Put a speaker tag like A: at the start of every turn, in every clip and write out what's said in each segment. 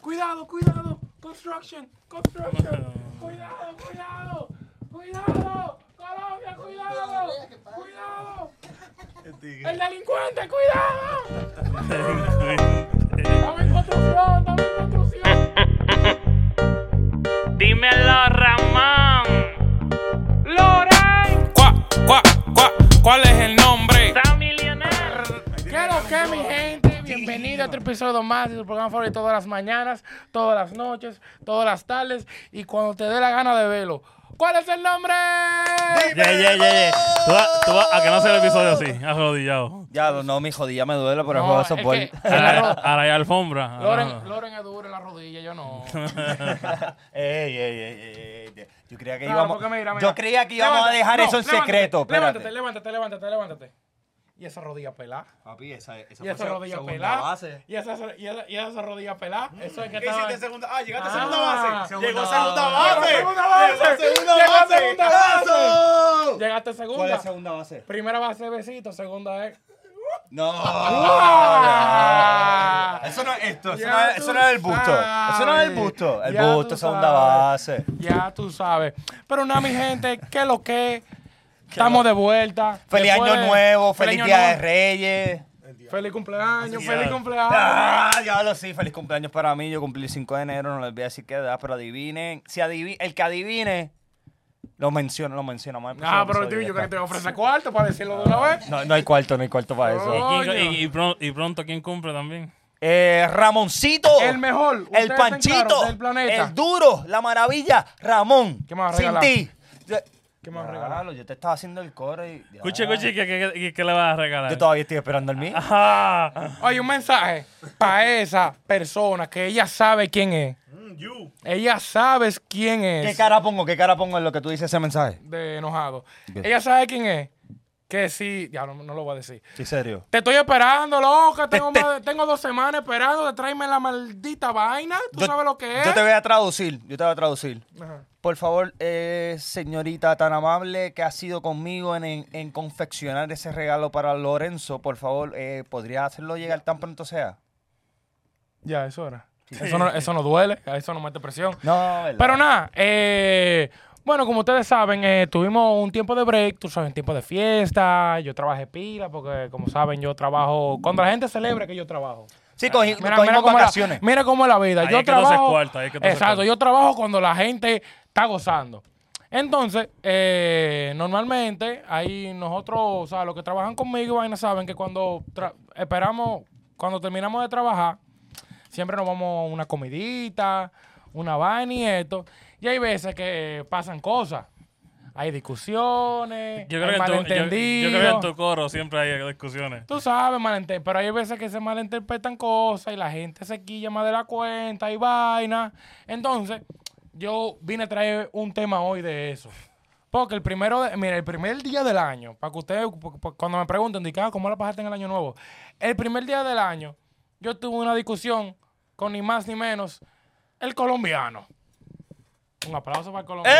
A: cuidado, cuidado. Construction, construction. Cuidado, cuidado. Cuidado. Colombia, cuidado. Cuidado. El delincuente, cuidado. Estamos en construcción, estamos en construcción.
B: Dímelo, Ramón. Loren.
C: Cuá, cuá, cuá, ¿Cuál es el nombre?
B: Sammy Leonel.
A: ¿Qué lo que, mi gente? Bienvenido a otro episodio más de su programa favorito todas las mañanas, todas las noches, todas las tardes y cuando te dé la gana de verlo. ¿Cuál es el nombre?
D: Yeah, yeah, yeah, yeah. Tú vas- tú vas a que no sea el episodio así, arrodillado.
E: Ya, no, mi jodilla me duele, pero
A: No,
E: el juego de
A: es que-
E: soporte.
D: Ahora ahora hay
F: Ah,
D: alfombra.
A: Loren, Loren es duro en la rodilla, yo no.
E: Ey, ey, ey, ey, ey. Yo creía que
A: Claro,
E: íbamos,
A: porque mira, mira.
E: Yo creía que íbamos
A: Levántate.
E: a dejar
A: No,
E: eso en
A: levántate,
E: secreto.
A: Levántate,
E: espérate.
A: levántate, levántate, levántate. Y esa rodilla pelada.
E: Papi, esa, esa
A: Y esa rodilla pelada. Y esa, y, esa, y esa rodilla pelada. Eso es que
F: ¿Qué
A: estaba...
F: hiciste segunda? Ah, llegaste a segunda
A: Ah,
F: base.
E: segunda
F: Llegó a segunda
E: base.
F: base.
A: Llegó a segunda base.
F: Llegó a
A: Llegó Ah, a
F: segunda
A: segunda
F: base.
A: base.
E: ¡Eso!
A: Llegaste segunda.
E: ¿Cuál es segunda base?
A: Primera base, besito. Segunda es...
E: No.
A: ¡Ah!
E: Eso no es esto. Eso
A: Ya
E: no es,
A: tú
E: eso no es el busto. Eso no es
A: sabes.
E: el busto. El
A: Ya tú
E: busto, segunda
A: sabes.
E: base.
A: Ya tú sabes. Pero nada, mi gente, ¿qué lo que? Estamos de vuelta.
E: Feliz
A: Después
E: año
A: de-
E: nuevo, feliz
A: año
E: día de
A: nuevo.
E: Reyes.
A: Feliz cumpleaños,
D: Sí,
A: feliz
D: ya.
A: cumpleaños.
E: Ah, ya lo sí, feliz cumpleaños para mí. Yo cumplí el 5 de enero, no les voy a decir qué edad, pero adivinen. Si adivi- el que adivine, lo menciona, lo menciona más.
A: Ah, pero tío, yo creo que te voy a ofrecer cuarto para decirlo de una vez.
E: No, no hay cuarto, no hay cuarto para
D: Y,
E: eso.
A: No.
D: quién-
A: Coño.
D: y- y pron- y pronto, ¿quién cumple también?
E: Eh, Ramoncito.
A: El mejor. Ustedes
E: El
A: están
E: panchito.
A: claros del planeta.
E: El duro. La maravilla. Ramón.
A: ¿Qué me vas a
E: Sin
A: regalar?
E: ti. Yo-
A: ¿Qué me vas a
E: Diablo,
A: regalar?
E: Yo te estaba haciendo el coro y.
D: Escuche, escuche, Ah, ¿qué, qué- qué- qué le vas a regalar?
E: Yo todavía estoy esperando el mío.
D: Ajá.
A: Oye, un mensaje para esa persona que ella sabe quién es. Ella sabe quién
E: Mm, ¿Qué
A: es.
E: cara pongo? ¿Qué cara pongo en lo que tú dices ese mensaje?
A: De enojado.
E: ¿Qué?
A: Ella sabe quién es. Que sí, ya no, no lo voy a decir.
E: Sí, serio.
A: Te estoy esperando, loca. Tengo,
E: te-
A: más de- tengo dos semanas esperando de traerme la maldita vaina. ¿Tú sabes lo que es?
E: Yo te voy a traducir. Yo te voy a traducir.
A: Ajá.
E: Por favor, eh, señorita tan amable que ha sido conmigo en, en- en confeccionar ese regalo para Lorenzo, por favor, eh, ¿podría hacerlo llegar tan pronto sea?
A: Ya, eso era. Eso, no, eso no duele, eso no mete presión.
E: No, ¿verdad?
A: Pero nada, eh, bueno, como ustedes saben, eh, tuvimos un tiempo de break, tú sabes, un tiempo de fiesta, yo trabajé pila, porque como saben, yo trabajo, cuando la gente celebra que yo trabajo.
E: Sí,
A: Mira,
E: cogi-
A: mira
E: cogimos
A: cómo, es la,
E: vacaciones.
A: mira cómo es la vida.
D: Ahí
A: yo
D: es que tú haces
A: trabajo,
D: cuarto, ahí es que tú haces
A: exacto,
D: cuarto.
A: yo trabajo cuando la gente está gozando. Entonces, eh, normalmente, ahí nosotros, o sea, los que trabajan conmigo, vaina, saben que cuando tra- esperamos, cuando terminamos de trabajar, siempre nos vamos a una comidita, una vaina y esto. Y hay veces que pasan cosas. Hay discusiones,
D: Yo
A: hay
D: creo, que en tu, yo- yo
A: malentendidos.
D: creo que en tu coro siempre hay discusiones.
A: Tú sabes, malente- pero hay veces que se malinterpretan cosas y la gente se quilla más de la cuenta y vaina. Entonces, yo vine a traer un tema hoy de eso. Porque el primero, de- mira, el primer día del año, para que ustedes, pu- pu- cuando me pregunten, digan, "Ah, ¿cómo la pasaste en el año nuevo? El primer día del año, yo tuve una discusión con ni más ni menos el colombiano. Un aplauso para el colombiano.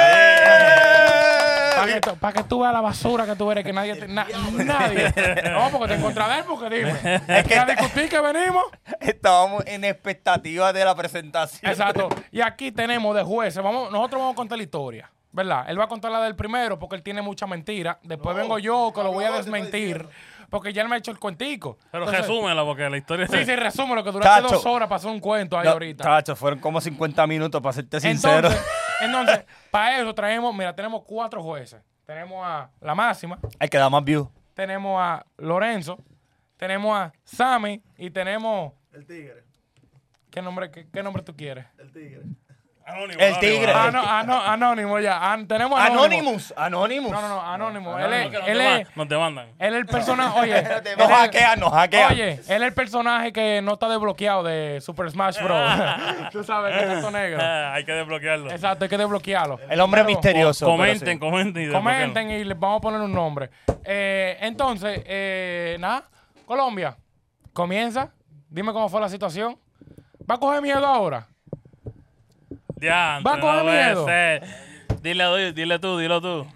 A: Para que, tú- pa' que tú veas la basura que tú eres, que nadie. te- na- nadie. No, porque te encontré de él, porque dime. Es que a discutir que venimos.
E: Estábamos en expectativa de la presentación.
A: Exacto. Y aquí tenemos de jueces. Vamos, nosotros vamos a contar la historia, ¿verdad? Él va a contar la del primero porque él tiene mucha mentira. Después vengo yo que lo voy a desmentir porque ya él me ha hecho el cuentico.
D: Pero
A: Entonces,
D: resúmela porque la historia
A: Sí, sí, resume lo que duraste
E: Tacho.
A: dos horas para hacer un cuento ahí
E: No,
A: ahorita.
E: Tacho, fueron como 50 minutos, para serte sincero.
A: Entonces, entonces para eso traemos, mira, tenemos cuatro jueces. Tenemos a la máxima,
E: Hay que dar más views.
A: tenemos a Lorenzo, tenemos a Sammy y tenemos.
F: El tigre.
A: ¿Qué nombre, qué, qué nombre tú quieres?
F: El tigre.
D: Anónimo,
E: El
D: anónimo,
E: tigre.
D: anónimo.
A: Ah, no, ah, no, anónimo ya. Ah, tenemos a anónimo.
E: Anonymous, Anonymous.
A: No, no, no, anónimo. Él
D: Anónimo,
A: es,
D: que nos
A: él
D: dema-
A: es,
D: Nos demandan.
A: él es el personaje. Oye, él
E: Nos
A: es-
E: hackean, nos hackean.
A: Oye, él es el personaje que no está desbloqueado de Super Smash Bros. Tú sabes, el gato negro.
D: Ah, hay que desbloquearlo.
A: Exacto, hay que desbloquearlo.
E: El hombre
A: Luego,
E: misterioso. pero
D: Comenten,
E: sí.
D: comenten y desbloquearlo.
A: Comenten y les vamos a poner un nombre. Eh, entonces, eh, nada, Colombia, comienza. Dime cómo fue la situación. ¿Va a coger miedo ahora?
D: Diantre,
A: Va a coger
D: no puede
A: miedo.
D: ser. Dile, dile tú, dile tú.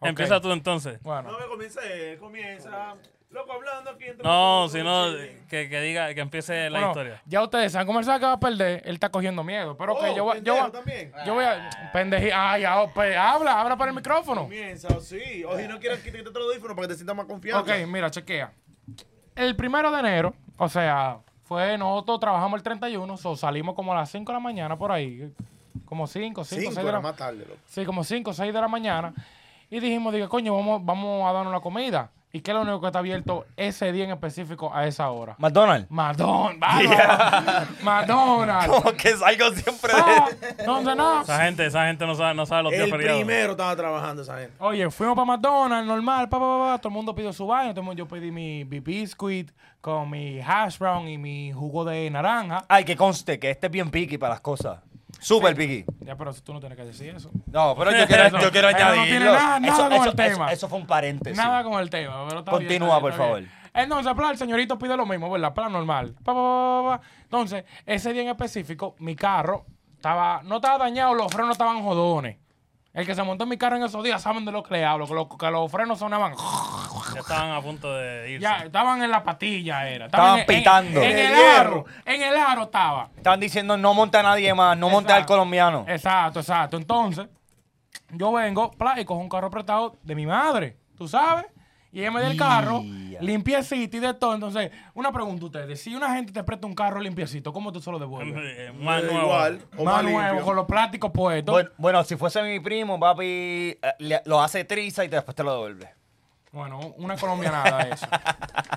D: Empieza tú entonces.
A: Bueno.
F: No me comienza él, comienza. Loco, hablando aquí entre
D: No,
F: nosotros,
D: sino
F: sí.
D: que, que diga, que empiece la
A: Bueno,
D: historia.
A: Ya ustedes saben cómo él sabe que va a perder. Él está cogiendo miedo. Pero que
F: Oh,
A: yo, voy- yo,
F: pendejo
A: voy-
F: también.
A: yo voy a. Pendeji. Ay, ah, pues, habla, habla para el micrófono.
F: Comienza, sí. O si no quieres que te quite otro audífono para que te sientas más confiado.
A: Ok, mira, chequea. El primero de enero, o sea, fue nosotros trabajamos el 31, so, salimos como a las 5 de la mañana por ahí. Como 5, 5, 6
F: Cinco
A: de la
F: era
A: mañana.
F: más tarde, loco.
A: Sí, como 5 o 6 de la mañana. Y dijimos, dije, coño, vamos, vamos a darnos la comida. ¿Y qué es lo único que está abierto ese día en específico a esa hora?
E: McDonald's.
A: Madonna, bárbaro. McDonald's.
E: Como que salgo siempre
A: Ah,
E: de.
A: ¿Dónde no?
D: Esa gente, esa gente no sabe, no sabe los días
F: El
D: feriados.
F: primero estaba trabajando esa gente.
A: Oye, fuimos para McDonald's, normal, pa, pa, pa, pa, todo el mundo pidió su baño, todo el mundo, yo pedí mi, mi biscuit con mi hash brown y mi jugo de naranja.
E: Ay, que conste que este es bien piqui para las cosas. Súper piqui.
A: Ya, pero tú no tienes que decir eso.
E: No, pero yo quiero, yo quiero
A: Eso no tiene
E: añadirlo.
A: nada- nada con el tema.
E: Eso, eso fue un paréntesis.
A: Nada con el tema, pero está bien,
E: Este, Continúa,
A: está bien,
E: por
A: está bien. Entonces, plan, el señorito pide lo mismo, ¿verdad? Plan normal. Pa, pa, pa, pa, pa. Entonces, ese día en específico, mi carro estaba, no estaba dañado, los frenos estaban jodones. El que se montó en mi carro en esos días saben de lo que le hablo, que, lo- que los frenos sonaban.
D: Ya estaban a punto de irse.
A: Ya, estaban en la patilla, era.
E: Estaban
A: en- en-
E: pitando.
A: En,
F: En
A: el
F: el hierro.
A: aro, en el aro estaba.
E: Están diciendo no monta a nadie más, no monta al
A: Exacto.
E: colombiano.
A: Exacto, exacto. Entonces, yo vengo pla, y cojo un carro prestado de mi madre, ¿tú sabes? Y ella me dio el carro,
E: Ya.
A: limpiecito y de todo. Entonces, una pregunta a ustedes. Si una gente te presta un carro limpiecito, ¿cómo tú se lo devuelves?
D: Eh, Más nuevo.
F: Igual. O
A: Más
F: más
A: nuevo,
F: limpio.
A: con los plásticos puestos.
E: Bueno, bueno, si fuese mi primo, papi, eh, le- lo hace triza y después te lo devuelve.
A: Bueno, una colombianada eso.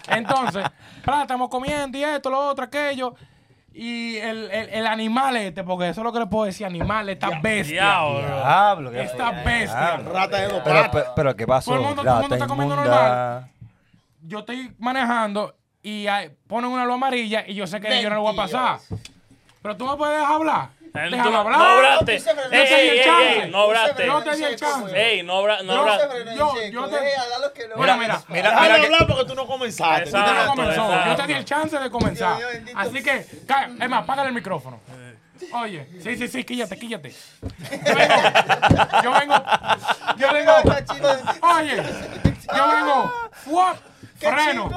A: Entonces, plata, estamos comiendo y esto, lo otro, aquello. Y el, el- el animal este, porque eso es lo que le puedo decir, animal, esta bestia.
D: Diablo.
E: Diablo, qué
A: Esta
E: fea,
A: bestia.
E: diablo.
F: Rata de dos
E: Pero,
F: patas.
E: pero, pero, ¿qué pasó?
A: Todo el mundo- todo el mundo
E: Rata
A: está comiendo
E: inmunda.
A: normal. Yo estoy manejando y hay- ponen una luz amarilla y yo sé que yo no lo voy a pasar. Pero tú me puedes dejar hablar.
D: Él-
A: Déjame
D: tú-
A: hablar.
D: No obraste.
G: Tú se
D: Ey,
G: frenó.
A: No te di el
D: ey, ey,
A: chance.
D: ey, no obraste.
A: No te di el chance.
D: Ey, no obra- no
A: No
D: obra-
A: se
G: yo,
A: Yo- yo te-
G: que no.
A: Mira, mira.
E: Mira,
F: Déjalo
E: mira que-
F: hablar porque tú no comenzaste.
A: Tú no
D: Exacto,
A: comenzó. Yo te
D: exacto.
A: di el chance de comenzar.
G: Dios mío, bendito.
A: Así que, ca- es más, apágale el micrófono. Oye, sí, sí, sí, quíllate, quíllate. Yo vengo, yo vengo, yo vengo, oye, yo vengo, ¡fuap! freno.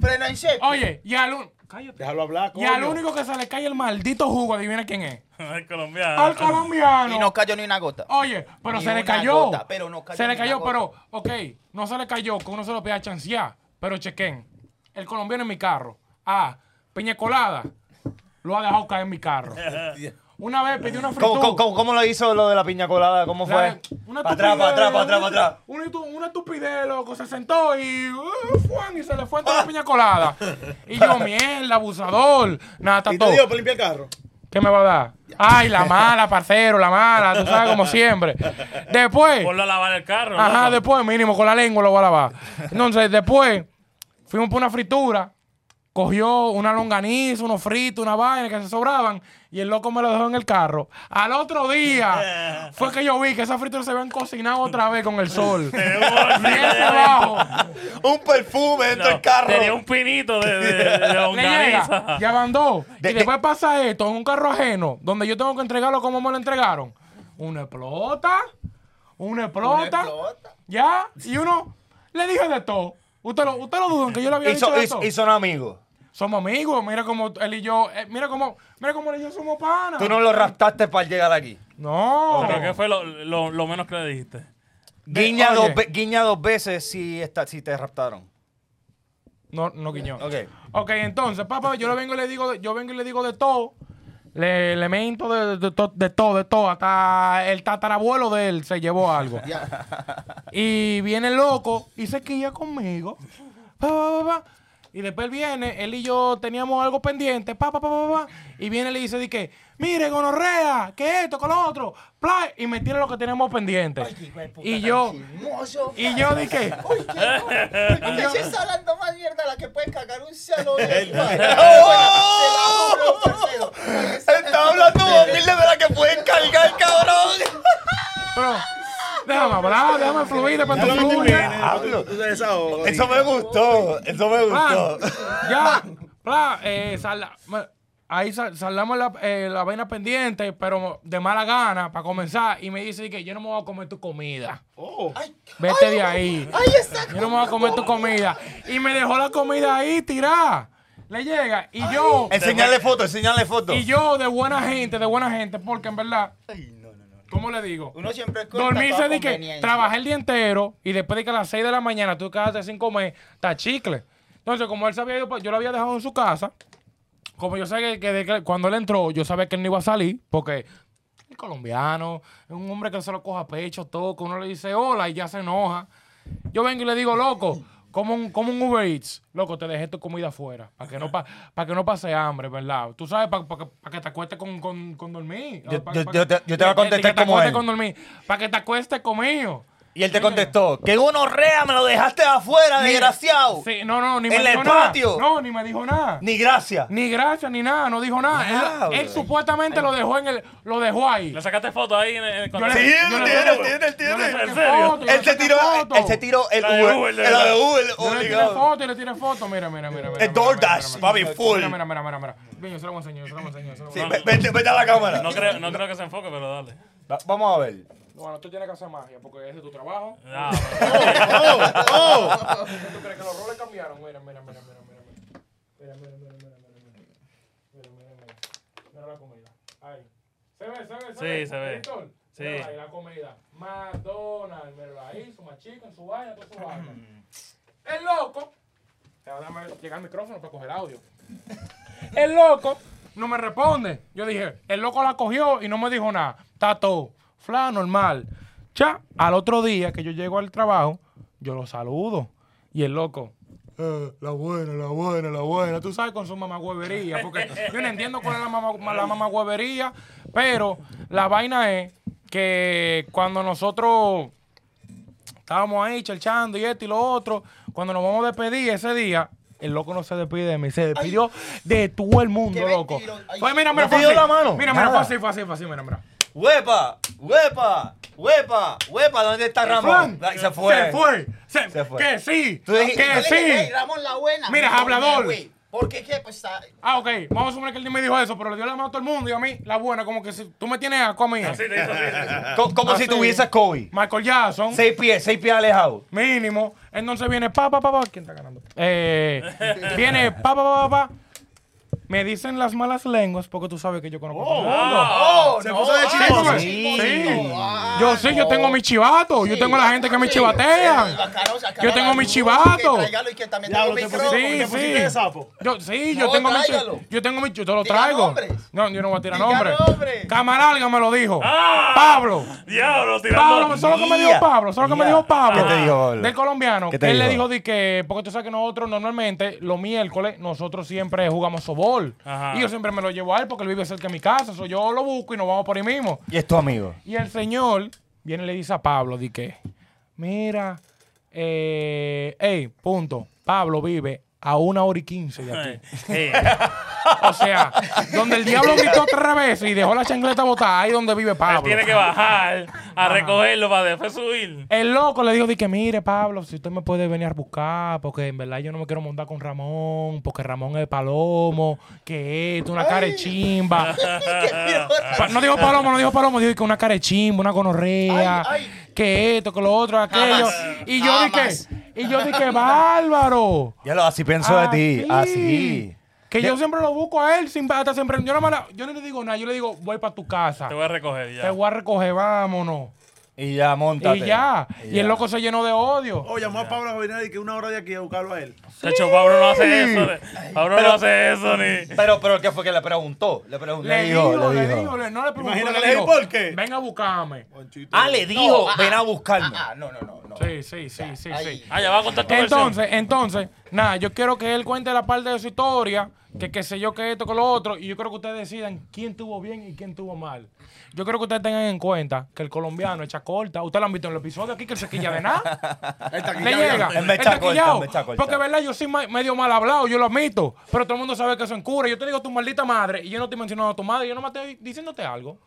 G: Freno en seco.
A: Oye, y al, un- cállate.
F: Déjalo hablar,
A: y
F: coño.
A: al único que se le cae el maldito jugo, adivina quién es.
D: El colombiano.
A: Al colombiano.
G: Y no cayó ni una gota.
A: Oye, pero
G: Ni
A: se le
G: una
A: cayó.
G: gota, pero no cayó
A: se le
G: ni una
A: cayó,
G: gota.
A: pero, ok, no se le cayó, que uno se lo pida chancear. Pero chequen, el colombiano en mi carro. Ah, piña colada, lo ha dejado caer en mi carro.
D: Eh,
A: Una vez pidió una fritura.
E: ¿Cómo, cómo, cómo, cómo lo hizo lo de la piña colada? ¿Cómo
A: La-
E: fue? Para atrás, para atrás, para atrás, para atrás.
A: Una, estu- una estupidez, loco. Se sentó y, uh, fuan, y se le fue en toda la piña colada. Y yo, mierda, abusador. Nada, está
F: ¿Y
A: todo.
F: te dio para limpiar el carro?
A: ¿Qué me va a dar? Ay, la mala, parcero, la mala, tú sabes, como siempre. Después,
D: Ponlo a lavar el carro.
A: ajá,
D: loco.
A: después, mínimo, con la lengua lo voy a lavar. Entonces, después, fuimos por una fritura, cogió una longaniza, unos fritos, una vaina que se sobraban, y el loco me lo dejó en el carro. Al otro día, fue que yo vi que esas frituras se habían cocinado otra vez con el sol. Bien abajo.
E: Un perfume dentro
D: No, Tenía un pinito de, de, de, de
A: Le llega,
D: longaniza.
A: ya van dos.
E: De-
A: y
E: de-
A: después pasa esto en un carro ajeno, donde yo tengo que entregarlo como me lo entregaron. Una explota, una explota,
G: explota.
A: ya, y uno le dije de todo. Usted lo, usted lo dudan que yo le había
E: Y,
A: dicho
E: son-
A: de
E: y-
A: todo.
E: y son amigos.
A: Somos amigos, mira como él y yo, eh, mira como, mira como él y yo somos panas.
E: Tú no lo raptaste para llegar aquí.
A: No.
D: Pero ¿qué fue lo, lo, lo menos que le dijiste?
E: Guiña,
A: oye.
E: dos, ve- guiña dos veces si, está, si te raptaron.
A: No, no guiñó.
E: Ok.
A: Ok, entonces, papá, yo le vengo y le digo, yo vengo y le digo de todo. Le, le mento de, de to- de todo, de todo. Hasta el tatarabuelo de él se llevó algo. y viene el loco y se quilla conmigo. Pa, pa, pa, pa. Y después él viene, él y yo teníamos algo pendiente. Pa, pa, pa, pa, pa. Y viene y le dice, di que, mire, gonorrea, que esto, con lo otro. Pla, y me tira lo que tenemos pendiente. y yo,
G: Chismoso.
A: y yo dije,
G: Uy, qué co- ¿Por qué se está hablando más mierda la que puede cagar un salón? de
E: ¡Oh! Está hablando humilde de la que pueden cargar, cabrón.
A: pero déjame hablar, déjame fluir, después tú
F: Déjalo que
A: fluyes.
F: termine,
E: Hablo.
F: tú- Tú te desahogas.
E: Eso me gustó. Eso me
A: Plan,
E: gustó.
A: ya, plan, eh, sal- me- ahí sal- saldamos la, eh, la vaina pendiente, pero de mala gana, para comenzar. Y me dice que yo no me voy a comer tu comida.
G: Ay,
A: Vete
G: Oh. ay,
A: de ahí.
G: Ahí está.
A: Yo no me voy a comer tu comida. Y me dejó la comida ahí tirada. Le llega. Y yo,
E: Enseñale foto, enseñale foto.
A: y yo de buena gente, de buena gente, porque en verdad, ¿cómo le digo?
G: Uno siempre escucha
A: Dormirse
G: toda
A: de que
G: conveniencia.
A: trabajé el día entero y después de que a las 6 de la mañana tú quedaste sin comer, está chicle. Entonces, como él sabía, yo lo había dejado en su casa, como yo sabía que, de que cuando él entró, yo sabía que él no iba a salir, porque el colombiano es un hombre que se lo coja a pecho, todo, que uno le dice hola y ya se enoja. Yo vengo y le digo, loco, como un, como un Uber Eats, loco, te dejé tu comida afuera, para que, no pa- pa' que no pase hambre, ¿verdad? Tú sabes, para que te acuestes con, con- con dormir. Ah,
E: Yo-
A: Pa-
E: yo-
A: pa-
E: yo te- yo te voy
A: de- de- de que
E: a contestar como
A: acuestes
E: él.
A: con dormir, para que te acuestes conmigo.
E: Y él te contestó, que gonorrea, me lo dejaste afuera, desgraciado.
A: Sí, no, no, ni
E: Oh. En
A: me
E: el
A: dijo nada.
E: patio.
A: No, ni me dijo nada. Ni,
E: Ni gracias.
A: gracias, ni nada, no dijo nada. Él- él, supuestamente lo dejó en el, lo dejó ahí.
D: Le sacaste foto ahí en el.
A: Yo le-
E: Sí,
A: yo le-
E: tiene,
A: yo le-
E: tiene, tiene.
A: yo le saqué
D: ¿En serio?
A: foto, yo le
E: Él se
A: saqué
E: tiró,
A: foto.
E: él se tiró el
D: La de
E: Uber,
D: Uber, de
E: el
D: verdad.
E: de Uber,
A: Yo le tiré
E: obligado.
A: foto, yo le tiré foto. Mira, mira, mira. mira
E: El DoorDash, papi, full.
A: Mira, mira, mira, mira. mira. Bien, yo se lo voy a enseñar, yo se lo voy a enseñar. yo se lo voy a
E: Sí,
A: enseñar.
E: ve- Vete, vete a la cámara.
D: No creo, no creo que se enfoque, pero dale.
E: Va- Vamos a ver.
A: Bueno, tú tienes que hacer magia porque ese es tu trabajo.
D: Ah,
E: Oh,
A: ¿Tú crees que los roles cambiaron? Mira, mira, mira, mira, mira. Mira, mira, mira, mira, mira. Mira, mira, mira. Mira, mira la comida. Ahí. Se ve, se ve, se
D: Sí,
A: ve.
D: se ve.
A: Víctor,
D: Sí.
A: míralo ahí la comida. McDonald's, míralo ahí, su machica, su vaina, todo su vaina. El loco. Déjame llegar al micrófono para coger audio. El loco no me responde. Yo dije, el loco la cogió y no me dijo nada. Tato, fla, normal. Ya, al otro día que yo llego al trabajo, yo lo saludo. Y el loco, eh, la buena, la buena, la buena. Tú sabes con su mamagüevería, porque yo no entiendo cuál es la, mamá la mamagüevería, pero la vaina es que cuando nosotros estábamos ahí chelchando y esto y lo otro. Cuando nos vamos a despedir ese día, el loco no se despide de mí, se despidió de todo el mundo,
G: Qué
A: loco.
G: mentirón. Ay,
A: Pues mira, mira,
E: ¿No te
A: fue
E: dio
A: así.
E: la mano?
A: Mira, mira, fue
E: Nada.
A: así, fue así, fue así, mira, mira.
E: ¡Huepa! ¡Huepa! ¡Huepa! ¡Huepa! ¿Dónde está
A: Fran,
E: Ramón? Ay, Se fue.
A: Se fue. Se,
E: Se fue.
A: Que sí.
E: Tú dijiste-
G: Yo
A: que
G: le dije, "Hey,
A: sí.
G: Ramón la buena.
A: Mira,
G: Me dijo,
A: hablador.
G: "Güey, ¿Por qué qué? Pues está.
A: Ah, ok. Vamos a suponer que él me dijo eso, pero le dio la mano a todo el mundo y a mí, la buena, como que si tú me tienes asco a mí.
D: sí, te hizo así.
E: Co- Como si
A: Así.
E: tuvieses COVID.
A: Michael Jackson.
E: Seis pies, seis pies alejado.
A: Mínimo. Entonces viene pa, pa, pa, pa. ¿Quién está ganando? Eh, viene pa, pa, pa, pa, pa. Me dicen las malas lenguas porque tú sabes que yo conozco a todo el mundo.
G: Oh,
F: se puso de
G: ay,
A: chismoso.
G: sí,
A: Sí.
G: chismoso. Ah,
A: Yo sí, yo
G: no.
A: tengo mis chivatos. Yo
G: Sí.
A: tengo la gente que me
G: Sí. Sí,
A: chivatea.
G: bacano, sacano,
A: Yo tengo
G: la
A: mi
G: luz,
A: chivato.
G: que tráigalo y que también tenga
F: Diablo,
G: un
F: te
G: micrófono.
F: pusiste-
A: Sí,
F: te pusiste de
A: sí.
F: sapo.
A: Yo sí, yo
G: No,
A: tengo mi chi-
G: tráigalo.
A: Yo tengo mi yo te lo
G: Diga
A: traigo.
G: nombres.
A: No, yo no voy a tirar
G: Diga
A: nombres.
G: nombres.
A: Camaralga me lo dijo.
D: Ah.
A: Pablo. Pablo,
D: Diablo, tirando.
A: solo que me
E: Yeah.
A: dijo Pablo, solo que me
E: Yeah.
A: dijo Pablo.
E: ¿Qué te dijo Pablo?
A: Del colombiano.
E: ¿Qué
A: Él
E: te
A: le
E: dijo?
A: dijo de que, porque tú sabes que nosotros normalmente, los miércoles, nosotros siempre jugamos sobol.
D: Ajá.
A: Y yo siempre me lo llevo a él porque él vive cerca de mi casa. So, yo lo busco y nos vamos por ahí mismo.
E: Y es tu amigo.
A: Y el señor viene y le dice a Pablo, di que, mira, eh, hey, punto, Pablo vive a una hora y quince de
D: Eh,
A: aquí.
D: Sí.
A: O sea, donde el diablo gritó tres veces y dejó la chancleta botada, ahí donde vive Pablo.
D: Tiene que bajar a recogerlo para después subir.
A: El loco le dijo, di que mire, Pablo, si usted me puede venir a buscar, porque en verdad yo no me quiero montar con Ramón, porque Ramón es palomo, que esto, una cara de chimba. Pa- No dijo palomo, no dijo palomo, dijo que una cara de chimba, una gonorrea,
G: Ay,
A: que esto, que lo otro, aquello.
G: Jamás,
A: y yo
G: jamás.
A: dije, y yo dije, bárbaro.
E: Ya lo, así pienso de ti. ah, Así.
A: Que yo siempre lo busco a él, sin hasta siempre. Yo, no yo no le digo nada, yo le digo, voy para tu casa.
D: Te voy a recoger
A: Te
D: ya.
A: voy a recoger, vámonos.
E: Y ya, montate.
A: Y ya. Y el loco se llenó de odio.
F: Oh, llamó a Pablo a venir y que una hora de aquí a buscarlo a él.
D: Chacho, Pablo no hace eso. de- Pablo
E: Pero-
D: no hace eso ni.
E: Pero, pero, ¿qué fue que le preguntó? Le preguntó.
A: Le dijo, le dijo, le- no le preguntó.
F: Imagino que
A: le
F: le
A: dijo,
F: dijo, ¿por qué?
A: Venga a buscarme.
E: Ah, le dijo, ven a buscarme.
G: Ah, ah, no, no, no. no.
A: Sí, sí, sí, sí,
G: Ahí.
A: sí.
D: Ah, ya va a contar tu
A: Entonces, entonces, nada, yo quiero que él cuente la parte de su historia, que qué sé yo, que esto, que lo otro, y yo quiero que ustedes decidan quién tuvo bien y quién tuvo mal. Yo quiero que ustedes tengan en cuenta que el colombiano echa corta. Ustedes lo han visto en el episodio aquí, que él se quilla de nada. Le llega.
E: Él me
A: el
E: echa corta,
A: taquillao.
E: me echa corta.
A: Porque, verdad, yo soy ma- medio mal hablado, yo lo admito, pero todo el mundo sabe que eso encura. Yo te digo tu maldita madre y yo no estoy mencionando a tu madre, yo no me estoy diciéndote algo.